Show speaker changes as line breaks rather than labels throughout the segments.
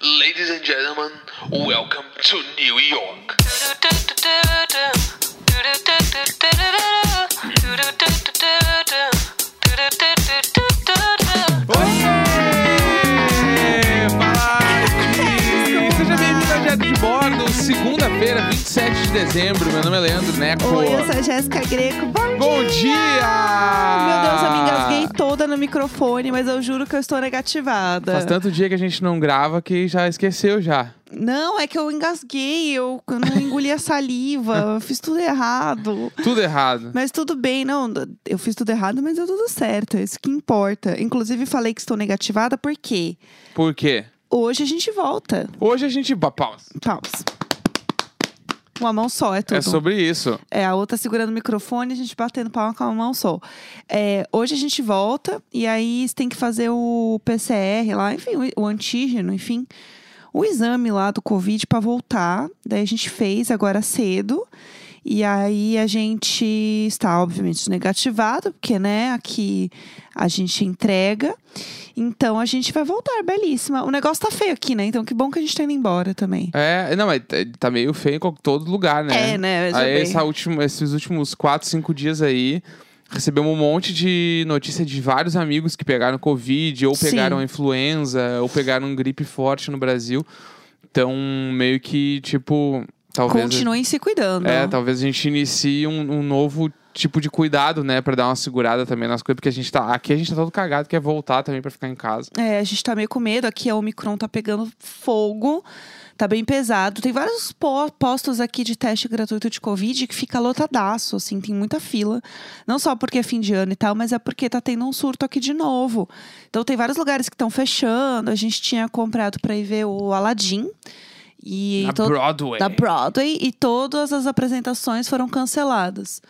Ladies and gentlemen, welcome to New York.
Oiê! Fala, Seja bem-vindo ao Diário de Bordo, segunda-feira, 27 de dezembro. Meu nome é Leandro Neco.
Oi, eu sou a Jéssica Greco. Bom,
Bom dia! Ah.
Meu Deus, eu me engasguei toda no microfone, mas eu juro que eu estou negativada.
Faz tanto dia que a gente não grava que já esqueceu já.
Não, é que eu engasguei, eu eu não engoli a saliva, eu fiz tudo errado.
Tudo errado.
Mas tudo bem, não, eu fiz tudo errado, mas deu tudo certo, é isso que importa. Inclusive, falei que estou negativada porque
Por quê?
hoje a gente volta.
Hoje a gente... pa- Pausa.
Pausa. Uma mão só, é tudo.
É sobre isso.
É, a outra segurando o microfone, a gente batendo palma com a mão só. É, hoje a gente volta e aí você tem que fazer o PCR lá, enfim, o- o antígeno, enfim. O exame lá do Covid para voltar. Daí a gente fez agora cedo. E aí a gente está, obviamente, negativado, porque, né, aqui a gente entrega. Então a gente vai voltar, belíssima. O negócio tá feio aqui, né? Então que bom que a gente tá indo embora também.
É, não, mas tá- tá meio feio em qual- todo lugar, né?
É, né? Veja
Aí
bem.
essa última- esses últimos 4, 5 dias aí, recebemos um monte de notícia de vários amigos que pegaram Covid, ou
Sim.
pegaram influenza, ou pegaram gripe forte no Brasil. Então, meio que, tipo, talvez.
Continuem se cuidando.
É, talvez a gente inicie um, um novo tipo de cuidado, né? Pra dar uma segurada também nas coisas, porque a gente tá. Aqui a gente tá todo cagado, quer voltar também pra ficar em casa.
É, a gente tá meio com medo. Aqui a Omicron tá pegando fogo, tá bem pesado. Tem vários po- postos aqui de teste gratuito de Covid que fica lotadaço, assim, tem muita fila. Não só porque é fim de ano e tal, mas é porque tá tendo um surto aqui de novo. Então tem vários lugares que estão fechando. A gente tinha comprado pra ir ver o Aladdin. E
Na
todo-
Broadway.
da Broadway e todas as apresentações foram canceladas.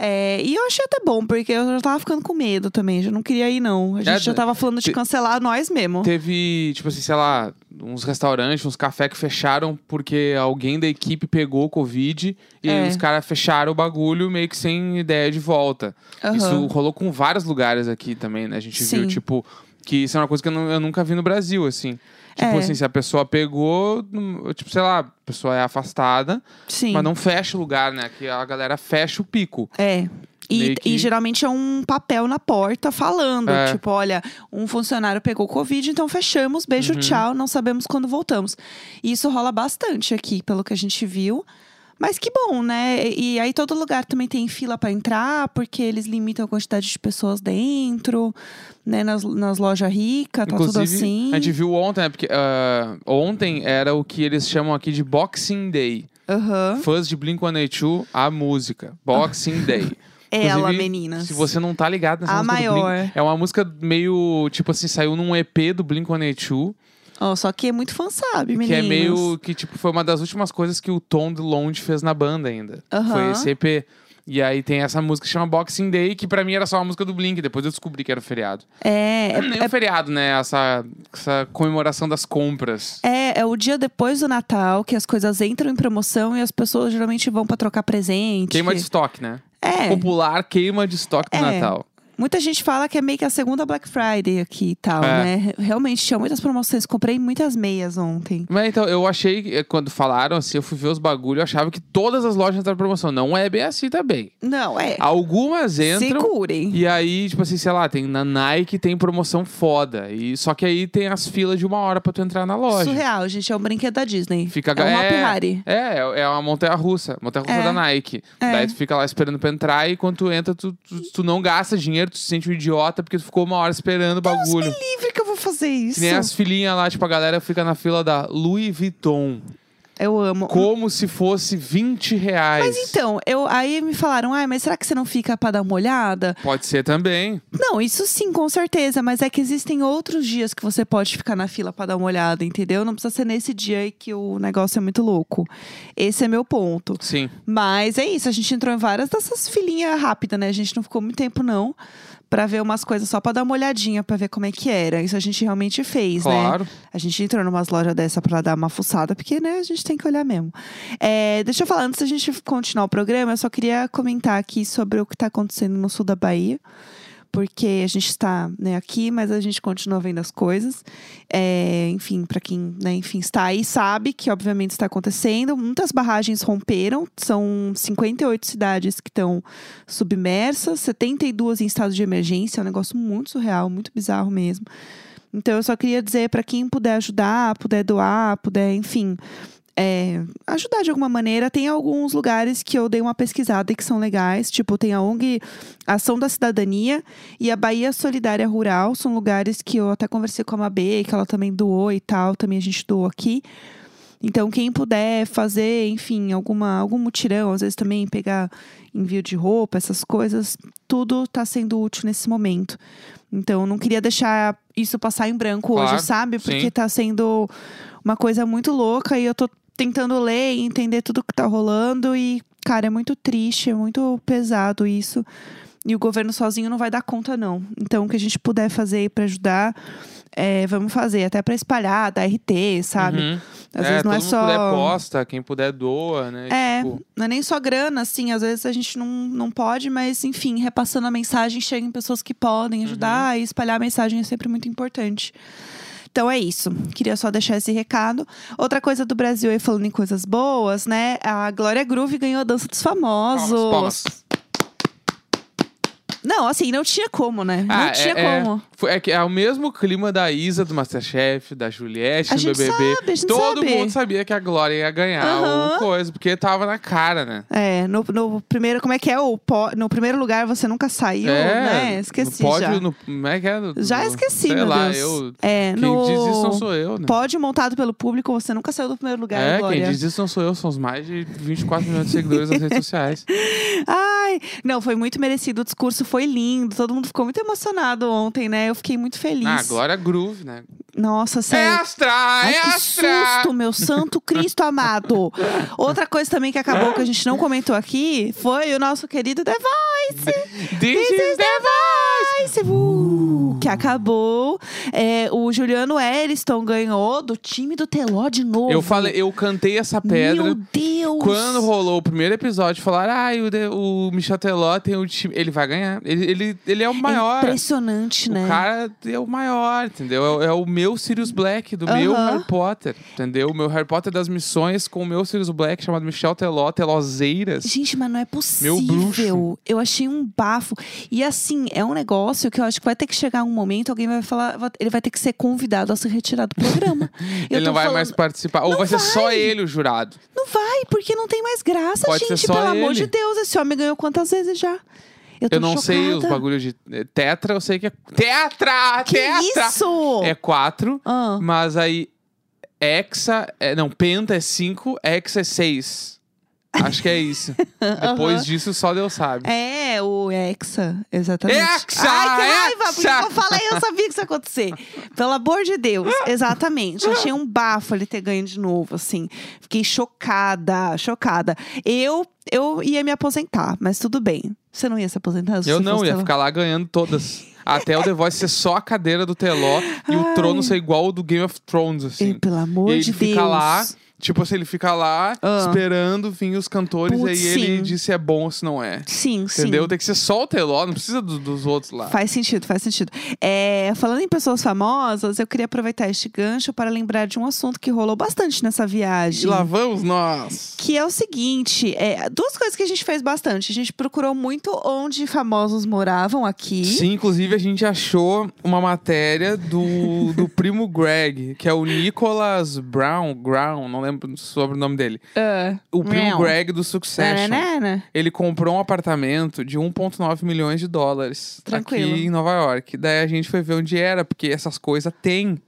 É, e eu achei até bom, porque eu já tava ficando com medo também, já não queria ir, não. A gente
É,
já tava falando de
te-
cancelar nós mesmo.
Teve, tipo assim, sei lá, uns restaurantes, uns cafés que fecharam porque alguém da equipe pegou o Covid e
É.
os caras fecharam o bagulho meio que sem ideia de volta.
Aham.
Isso rolou com vários lugares aqui também, né? A gente viu,
Sim.
tipo, que isso é uma coisa que eu, nu- eu nunca vi no Brasil, assim. Tipo
É.
assim, se a pessoa pegou, hum, tipo, sei lá, a pessoa é afastada,
Sim.
mas não fecha o lugar, né? Que a galera fecha o pico.
É.
Meio
E,
que-
e geralmente é um papel na porta falando.
É.
Tipo, olha, um funcionário pegou Covid, então fechamos, beijo,
Uhum.
tchau, não sabemos quando voltamos. E isso rola bastante aqui, pelo que a gente viu. Mas que bom, né? E e aí todo lugar também tem fila pra entrar, porque eles limitam a quantidade de pessoas dentro, né? Nas, nas lojas ricas, tá tudo
Inclusive,
assim.
a gente viu ontem, né? Porque ah, ontem era o que eles chamam aqui de Boxing Day.
Aham.
Fãs de Blink-182, a música. Boxing Day.
Ah. Ela,
Inclusive,
meninas.
Se você não tá ligado nessa
A
música do
maior.
Blink, é uma música meio, tipo assim, saiu num EP do Blink-182,
Ó, só que é muito fã, sabe,
que
meninas.
é meio que tipo foi uma das últimas coisas que o Tom DeLonge fez na banda ainda.
Aham.
Foi esse EP. E aí tem essa música que chama Boxing Day, que pra mim era só uma música do Blink, depois eu descobri que era um feriado.
É, é
Nem um feriado, né? Essa, essa comemoração das compras.
É, é o dia depois do Natal que as coisas entram em promoção e as pessoas geralmente vão pra trocar presente.
Queima de estoque, né?
É.
Popular queima de estoque do
É.
Natal.
Muita gente fala que é meio que a segunda Black Friday aqui e tal,
É.
né? Realmente tinha muitas promoções. Comprei muitas meias ontem.
Mas então, eu achei, que, eh, quando falaram assim, eu fui ver os bagulho, eu achava que todas as lojas entraram em promoção. Não é bem assim também.
Não, é.
Algumas entram.
Segurem.
E aí, tipo assim, sei lá, tem na Nike tem promoção foda. E, só que aí tem as filas de uma hora pra tu entrar na loja.
Surreal, gente. É um brinquedo da Disney.
Fica
é um Hop
é,
Harry.
É, é uma montanha russa. Montanha russa
É.
da Nike.
É.
Daí tu fica lá esperando pra entrar e quando tu entra, tu, tu, tu não gasta dinheiro, tu se sente um idiota porque tu ficou uma hora esperando o bagulho.
Livre Então, que eu vou fazer
Que
isso.
nem as filhinhas lá, tipo, a galera fica na fila da Louis Vuitton.
Eu amo.
Como se fosse 20 reais.
Mas então, eu, aí me falaram, ai, mas será que você não fica pra dar uma olhada?
Pode ser também.
Não, isso sim, com certeza. Mas é que existem outros dias que você pode ficar na fila pra dar uma olhada, entendeu? Não precisa ser nesse dia aí que o negócio é muito louco. Esse é meu ponto.
Sim.
Mas é isso, a gente entrou em várias dessas filinhas rápidas, né? A gente não ficou muito tempo, não, pra ver umas coisas, só pra dar uma olhadinha, pra ver como é que era. Isso a gente realmente fez, né?
Claro.
A gente entrou numas lojas dessa pra dar uma fuçada, porque, né, a gente tem que olhar mesmo. É, deixa eu falar, antes da gente continuar o programa, eu só queria comentar aqui sobre o que tá acontecendo no sul da Bahia. porque a gente está né, aqui, mas a gente continua vendo as coisas. É, enfim, para quem né, enfim, está aí, sabe que obviamente está acontecendo. Muitas barragens romperam, são 58 cidades que estão submersas, 72 em estado de emergência, é um negócio muito surreal, muito bizarro mesmo. Então, eu só queria dizer para quem puder ajudar, puder doar, puder, enfim, é, ajudar de alguma maneira. Tem alguns lugares que eu dei uma pesquisada e que são legais, tipo, tem a ONG Ação da Cidadania e a Bahia Solidária Rural, são lugares que eu até conversei com a Mabê, que ela também doou e tal, também a gente doou aqui. Então, quem puder fazer, enfim, alguma, algum mutirão, às vezes também pegar envio de roupa, essas coisas, tudo está sendo útil nesse momento. Então, eu não queria deixar isso passar em branco
Claro,
hoje, sabe? Porque
sim.
está sendo uma coisa muito louca e eu tô tentando ler e entender tudo que tá rolando e, cara, é muito triste, é muito pesado isso. E o governo sozinho não vai dar conta, não. Então, o que a gente puder fazer aí pra ajudar, é, vamos fazer. Até pra espalhar, dar RT, sabe?
Uhum.
Às vezes não
todo
é
mundo
só.
puder posta, quem puder doa, né?
É,
Tipo,
não é nem só grana, assim, às vezes a gente não, não pode, mas enfim, repassando a mensagem, chega em pessoas que podem ajudar
Uhum.
e espalhar a mensagem é sempre muito importante. Então é isso, queria só deixar esse recado. Outra coisa do Brasil aí, falando em coisas boas, né? A Glória Groove ganhou a Dança dos Famosos.
palmas, palmas.
Não, assim, não tinha como, né? Não
Ah,
tinha
é,
como.
É, Foi- é que é o mesmo clima da Isa, do Masterchef, da Juliette,
A
do
gente
BBB.
sabe, a gente
Todo
sabe.
mundo sabia que a Glória ia ganhar
Aham.
o coisa, porque tava na cara, né?
É, no, no primeiro, como é que é? O pó, no primeiro lugar você nunca saiu, né? Esqueci
no
já.
pódio, É, No, como é que é? No-
Já
no-
esqueci,
sei
meu
lá,
Deus.
Eu,
é,
quem
no...
diz isso não sou eu, né?
Pódio montado pelo público, você nunca saiu do primeiro lugar,
é,
Glória.
quem diz isso não sou eu, são os mais de 24 milhões de seguidores nas redes sociais.
Ai, não, foi muito merecido. O discurso foi lindo. Todo mundo ficou muito emocionado ontem, né? Eu fiquei muito feliz.
Ah, Glória Groove, né?
Nossa,
É
sério.
Astra!
Ai,
é
que
Astra!
susto, meu santo Cristo amado. Outra coisa também que acabou que a gente não comentou aqui foi o nosso querido The
This is the voice!
Voice, uh, que acabou. É, o Juliano Eriston ganhou do time do Teló de novo.
Eu falei, eu cantei essa pedra.
Meu Deus!
Quando rolou o primeiro episódio, falaram: ah, o, de- o Michel Teló tem o time. Ele vai ganhar. Ele, ele, ele é o maior.
Impressionante,
o
né?
cara é o maior, entendeu? É, o- é o meu Sirius Black, do meu
Aham.
Harry Potter, entendeu? O meu Harry Potter das missões com o meu Sirius Black, chamado Michel Teló, Telozeiras.
Gente, mas não é possível.
bruxo.
Eu achei um bafo. E assim, é um negócio que eu acho que vai ter que chegar um momento, alguém vai falar, va- ele vai ter que ser convidado a se retirar do programa. Eu
Ele
tô
não vai
falando,
mais participar. Ou
Não
vai, ser só
vai.
ele o jurado.
Não vai, porque não tem mais graça,
Pode ser
gente.
só
Pelo amor
ele.
de Deus, esse homem ganhou quantas vezes já? Eu, tô
Eu não sei os
chocada.
bagulhos de eh, tetra, eu sei que é. Tetra!
Que
tetra!
isso?
É quatro,
Ah,
mas aí. Hexa. É, não, penta é cinco, hexa é seis. Acho que é isso. Depois
aham.
disso, só Deus sabe.
É, o Hexa, exatamente.
Hexa!
Ai, que raiva! Por que que
Hexa!
eu falei? Eu sabia que isso ia acontecer. Pelo amor de Deus, exatamente. Achei um bafo ele ter ganho de novo, assim. Fiquei chocada, chocada. Eu, eu ia me aposentar, mas tudo bem. Você não ia se aposentar? se
eu
você
não,
fosse
ia
lá?
ficar lá ganhando todas. Até o The Voice ser só a cadeira do Teló e o trono ser igual o do Game of Thrones,
Ei,
assim.
pelo amor
E ele
de
fica
Deus.
lá, tipo assim, ele fica lá
Ah.
esperando vir os cantores,
Putz,
aí ele
sim.
diz se é bom ou se não é.
Sim,
Entendeu?
sim.
Tem que ser só o Teló, não precisa do- dos outros lá.
Faz sentido, faz sentido. É, falando em pessoas famosas, eu queria aproveitar este gancho para lembrar de um assunto que rolou bastante nessa viagem.
E lá vamos nós.
Que é o seguinte, é, duas coisas que a gente fez bastante. A gente procurou muito onde famosos moravam aqui.
Sim, inclusive a gente achou uma matéria do, do primo Greg, que é o Nicholas Brown, Brown, não lembro sobre o nome dele.
Ah, É,
O primo
Brown.
Greg do
Né,
Succession.
nananana.
Ele comprou um apartamento de 1,9 milhões de dólares
Tranquilo.
aqui em Nova York. Daí a gente foi ver onde era, porque essas coisas tem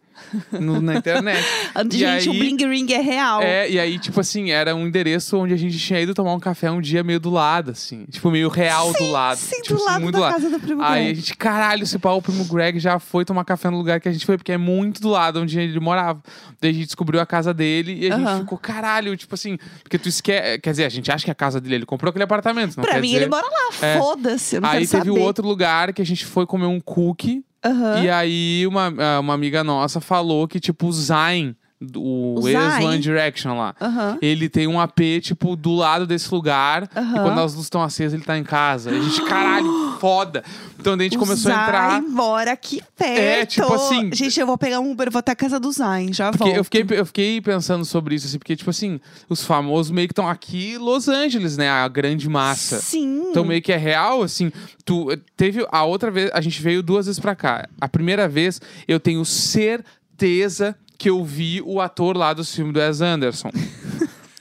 no- na internet.
Ah,
E
Gente, o
aí-
bling ring é real.
É, e aí, tipo assim, era um endereço onde a gente tinha ido tomar um café um dia meio do lado, assim. Tipo, meio real do lado.
Sim, do
tipo, assim,
lado
muito
da
do lado.
casa do primo
Aí a
Greg.
gente, caralho, esse pau, o primo Greg já foi tomar café no lugar que a gente foi, porque é muito do lado onde ele morava. Daí a gente descobriu a casa dele e a gente
Aham.
ficou, caralho, tipo assim, porque tu esquece. Quer dizer, a gente acha que é a casa dele, ele comprou aquele apartamento, não
pra
quer
mim,
dizer...
ele mora lá.
É.
Foda-se, eu não
Aí
quero
teve o
saber.
outro lugar que a gente foi comer um cookie.
Aham.
E aí, uma, ah, uma amiga nossa falou que, tipo, o Zayn O,
O
ex
Zai.
One Direction lá.
Aham.
Ele tem um AP, tipo, do lado desse lugar. E
Aham.
quando as luzes estão acesas, ele tá em casa. E A gente, caralho, foda. Então daí a gente começou a entrar.
mora aqui perto.
tipo assim-
Gente, eu vou pegar um Uber, eu vou até a casa do Zayn, já
Porque
volto.
eu fiquei, eu fiquei pensando sobre isso, assim, porque, tipo assim, os famosos meio que estão aqui em Los Angeles, né? A grande massa.
Sim.
Então meio que é real, assim, tu teve a outra vez, a gente veio duas vezes pra cá. A primeira vez, eu tenho certeza que eu vi o ator lá do filme do Wes Anderson.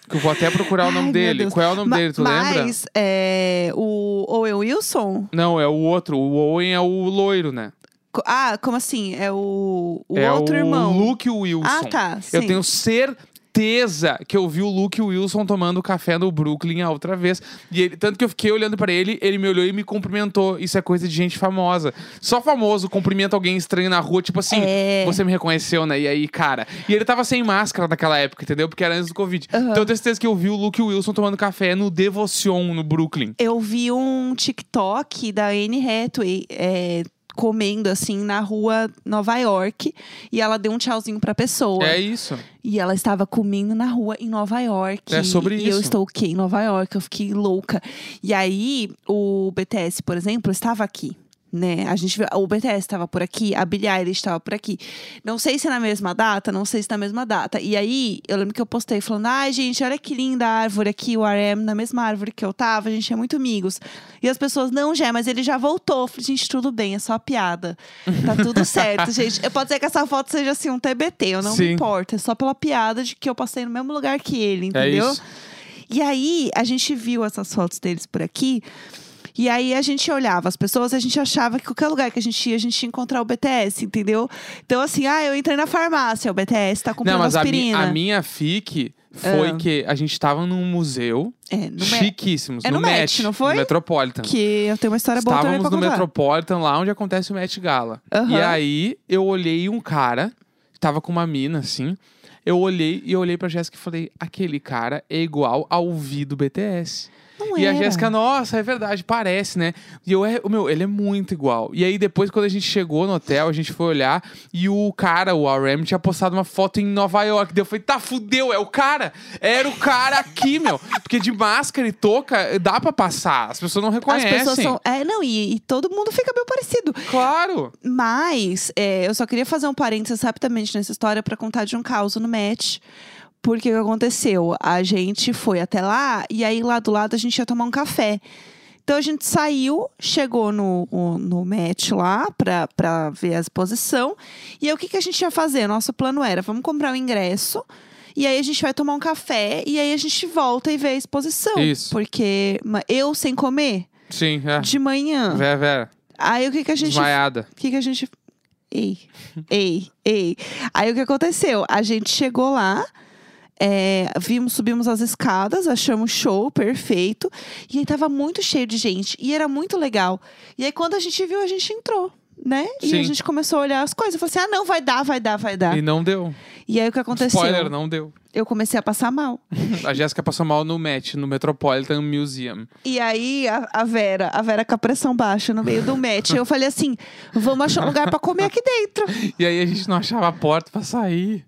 que eu vou até procurar o
Ai,
nome
meu
dele.
Deus.
Qual é o nome
Ma-
dele, tu
mas,
lembra?
é, o Owen Wilson?
Não, é o outro. O Owen é o loiro, né?
Co- Ah, como assim? É o, o
é
outro
o
irmão.
Luke Wilson.
Ah, tá. Sim.
Eu tenho certeza que eu vi o Luke Wilson tomando café no Brooklyn a outra vez. E ele- tanto que eu fiquei olhando pra ele, ele me olhou e me cumprimentou. Isso é coisa de gente famosa. Só famoso cumprimenta alguém estranho na rua, tipo assim,
É.
você me reconheceu, né? E aí, cara. E ele tava sem máscara naquela época, entendeu? Porque era antes do Covid.
Aham.
Então eu tenho certeza que eu vi o Luke Wilson tomando café no Devotion, no Brooklyn.
Eu vi um TikTok da Anne Hathaway é, comendo, assim, na rua Nova York. E ela deu um tchauzinho pra pessoa.
É isso.
E ela estava comendo na rua em Nova York.
É sobre
e
isso.
eu estou em Nova York, eu fiquei louca. E aí, o BTS, por exemplo, estava aqui. Né? A gente viu- o BTS estava por aqui, a Billie Eilish estava por aqui. Não sei se é na mesma data, não sei se é na mesma data. E aí, eu lembro que eu postei falando: ai, gente, olha que linda a árvore aqui, o RM, na mesma árvore que eu tava, a gente é muito amigos. E as pessoas, não, já, mas ele já voltou. Eu falei, gente, tudo bem, é só uma piada. Tá tudo certo, gente. Eu pode ser que essa foto seja assim, um TBT, eu não
Sim.
me importo. É só pela piada de que eu passei no mesmo lugar que ele, entendeu?
É isso.
E aí, a gente viu essas fotos deles por aqui. E aí, a gente olhava as pessoas, a gente achava que qualquer lugar que a gente ia, a gente ia encontrar o BTS, entendeu? Então, assim, ah, eu entrei na farmácia, o BTS tá comprando
Não, mas a, mi-
aspirina.
a minha fique foi
Ah.
que a gente tava num museu.
É, no Met,
Chiquíssimos.
É no Met, não foi?
No Metropolitan.
que eu tenho uma história boa também pra
Estávamos no
contar.
Metropolitan, lá onde acontece o Met Gala.
Aham.
E aí, eu olhei um cara, tava com uma mina, assim. Eu olhei e eu olhei pra Jéssica e falei, aquele cara é igual ao Vi do BTS.
Não
e a
era.
Jéssica, nossa, é verdade, parece, né? E eu, é, meu, ele é muito igual. E aí, depois, quando a gente chegou no hotel, a gente foi olhar e o cara, o RM, tinha postado uma foto em Nova York. Daí eu falei, tá, fudeu, é o cara! Era o cara aqui, meu. Porque de máscara e touca, dá pra passar. As pessoas não
As
reconhecem.
pessoas são. É, não, e- e todo mundo fica meio parecido.
Claro!
Mas é, eu só queria fazer um parênteses rapidamente nessa história pra contar de um caos no match. Porque o que aconteceu? A gente foi até lá e aí lá do lado a gente ia tomar um café. Então a gente saiu, chegou no, o- no match lá pra, pra ver a exposição. E aí o que, que a gente ia fazer? Nosso plano era: vamos comprar o ingresso. E aí a gente vai tomar um café e aí a gente volta e vê a exposição.
Isso.
Porque ma- eu sem comer
Sim, é.
de manhã.
Vera, Vera.
Aí o que, que a gente
Desmaiada.
o que, que a gente. Ei, ei, ei. Aí o que aconteceu? A gente chegou lá. é, vimos, subimos as escadas, achamos show perfeito. E aí tava muito cheio de gente. E era muito legal. E aí, quando a gente viu, a gente entrou, né? E
Sim.
a gente começou a olhar as coisas. Eu falei assim: ah, não, vai dar, vai dar, vai dar.
E
E,
não deu.
aí o que aconteceu?
Spoiler, não deu.
Eu comecei a passar mal.
A Jéssica passou mal no Met, no Metropolitan Museum.
E aí a, a Vera, a Vera com a pressão baixa no meio do match. eu falei assim: vamos achar um lugar pra comer aqui dentro.
E aí a gente não achava a porta pra sair.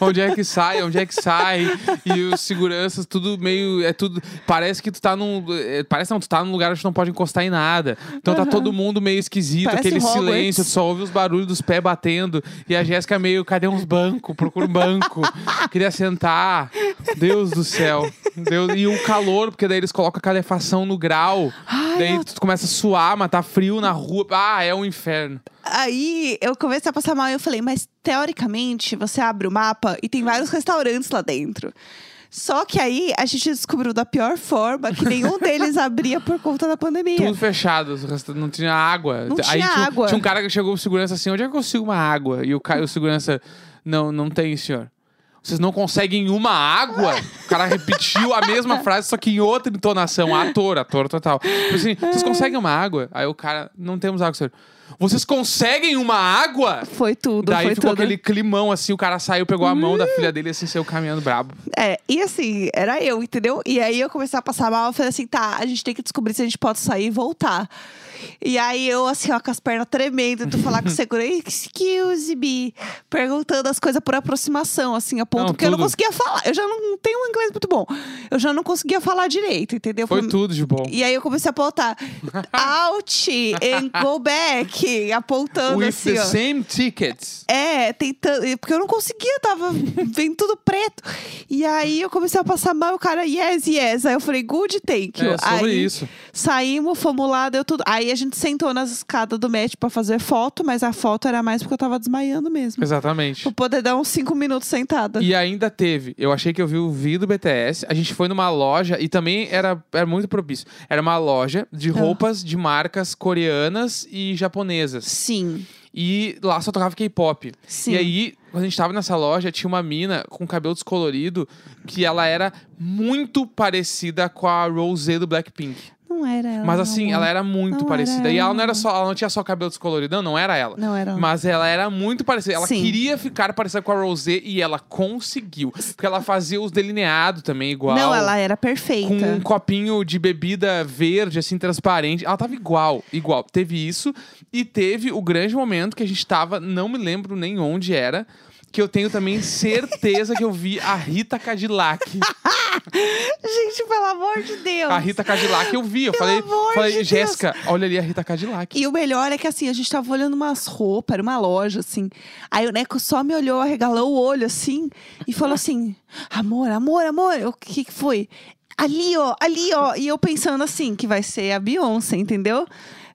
onde é que sai? Onde é que sai? E os seguranças, tudo meio. É tudo. Parece que tu tá num. é, Parece não, tu tá num lugar onde tu não pode encostar em nada. Então tá todo mundo meio esquisito,
Parece um
aquele
Hogwarts.
silêncio, tu só ouve os barulhos dos pés batendo. E a Jéssica meio, cadê uns bancos? Procura um banco. Queria sentar. Deus do céu. Deus... E um calor, porque daí eles colocam a calefação no grau.
Ai,
daí
eu-
tu começa a suar, mas tá frio na rua. Ah, é um inferno.
Aí eu comecei a passar mal e eu falei, mas teoricamente você abre o mapa e tem vários restaurantes lá dentro. Só que aí a gente descobriu da pior forma que nenhum deles abria por conta da pandemia.
Tudo fechado, os resta- não tinha água.
Não
Aí
tinha
tinha, um-
água.
tinha um cara que chegou pro segurança assim: onde é que eu consigo uma água? E o, ca... o segurança, não, não tem, senhor. Vocês não conseguem uma água? O cara repetiu a mesma frase, só que em outra entonação. Ator, ator total. Tipo assim,
É.
vocês conseguem uma água? Aí o cara, não temos água, senhor. Vocês conseguem uma água?
Foi tudo,
Daí
foi
ficou
tudo. Hum.
aquele climão assim, o cara saiu, pegou a mão da filha dele assim, saiu caminhando brabo.
É, e assim, era eu, entendeu? E aí eu comecei a passar mal, eu falei assim, tá, a gente tem que descobrir se a gente pode sair e voltar. E aí eu, assim, ó, com as pernas tremendo, tu falar com o segurança, excuse me, perguntando as coisas por aproximação, assim, a ponto
Não,
que eu não
tudo.
conseguia falar. Eu já não tenho um inglês muito bom. Eu já não conseguia falar direito, entendeu?
Foi
Pra-
tudo de bom.
Hum. E aí eu comecei a apontar. Out and go back. Apontando
With
assim,
the
ó.
same tickets.
É, tentando. Porque eu não conseguia, tava vendo tudo preto. E aí eu comecei a passar mal, o cara, yes, yes. Aí eu falei, good, thank you.
É sobre
aí,
isso.
Saímos, fomos lá, deu tudo. Aí a gente sentou nas escadas do match pra fazer foto, mas a foto era mais porque eu tava desmaiando mesmo.
Exatamente.
Pra poder dar uns cinco minutos sentada.
E ainda teve. Eu achei que eu vi o Vi do BTS. A gente foi numa loja e também era, era muito propício. Era uma loja
Ah.
de roupas de marcas coreanas e japonesas.
Sim,
E lá só tocava K-pop.
sim.
E aí, quando a gente tava nessa loja, tinha uma mina com cabelo descolorido que ela era muito parecida com a Rosé do Blackpink.
Não era ela.
Mas
não,
assim, ela era muito
Ah, Não
parecida.
era
E ela
ela,
não era
não.
só, ela não tinha só cabelo descolorido, não, não era ela.
Não era ela.
Mas ela era muito parecida. Ela
Sim.
queria ficar parecida com a Rosé e ela conseguiu. Porque ela fazia os delineados também igual.
Não, ela é era
Com
perfeita.
um copinho de bebida verde, assim, transparente. Ela tava igual, igual. Teve isso. E teve o grande momento que a gente tava, não me lembro nem onde era, que eu tenho também certeza que eu vi a Rita Cadillac.
Gente, pelo amor de Deus.
A Rita Cadillac eu vi. Eu
Pelo
falei,
amor de
falei
Deus.
Jéssica, olha ali a Rita Cadillac.
E o melhor é que assim, a gente tava olhando umas roupas, era uma loja, assim. Aí o Neco só me olhou, arregalou o olho, assim, e falou assim: amor, amor, amor, Eu, o que, que foi? Ali, ó, ali, ó. E eu pensando assim, que vai ser a Beyoncé, entendeu?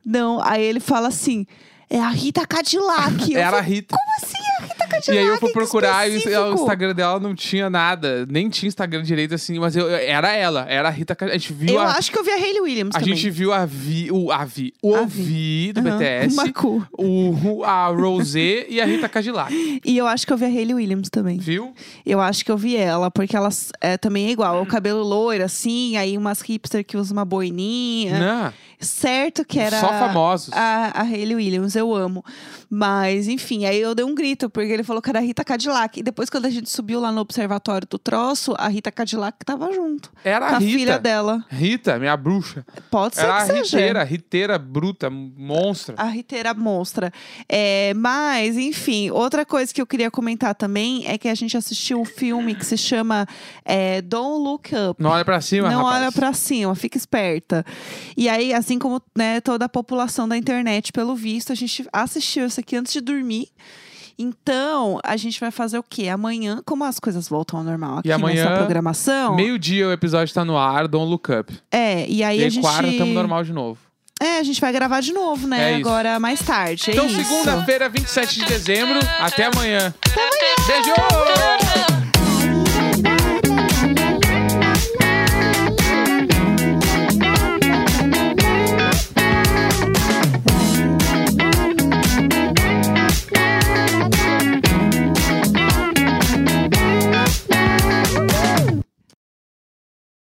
Não, aí ele fala assim: é a Rita Cadillac. Eu
Era a
falei,
Rita.
Como assim a Rita Cadillac?
E aí eu fui
Que
procurar e o
específico."
Instagram dela não tinha nada. Nem tinha Instagram direito, assim, mas eu, eu- era ela, era a Rita Cadillac. A gente viu
Eu
a.
acho que eu vi a Hayley Williams
A
também.
gente viu a Vi, o, a Vi, o
A
Vi do
Aham,
BTS,
uma cu.
o, a Rosé e a Rita Cadillac,
E eu acho que eu vi a Hayley Williams também.
viu?
Eu acho que eu vi ela, porque ela s- é, também é igual.
Hum.
O cabelo loiro, assim, aí umas hipster que usa uma boininha.
Não,
Certo que É. era.
Né? Só famosos.
A, a Hayley Williams, eu amo. Mas, enfim, aí eu dei um grito, porque ele falou que era a Rita Cadillac. E depois, quando a gente subiu lá no observatório do troço, a Rita Cadillac tava junto.
Era
com
a
a
Rita.
filha dela.
Rita, minha bruxa.
Pode ser
Era a
que seja.
Riteira, Riteira bruta, monstra.
A Riteira Monstra. É, mas, enfim, outra coisa que eu queria comentar também é que a gente assistiu um filme que se chama é, Don't Look Up.
Não olha pra cima,
Não
rapaz.
olha pra cima, fica esperta. E aí, assim como né, toda a população da internet, pelo visto, a gente assistiu isso aqui antes de dormir. Então, a gente vai fazer o quê? Amanhã, como as coisas voltam ao normal aqui
amanhã,
nessa programação.
Meio-dia o episódio tá no ar, Don't Look Up.
É, e aí
e
a
aí,
gente.
quarta, tamo normal de novo.
É, a gente vai gravar de novo, né?
É isso.
Agora mais tarde. é
Então,
isso.
segunda-feira, 27 de dezembro. Até amanhã. Beijo!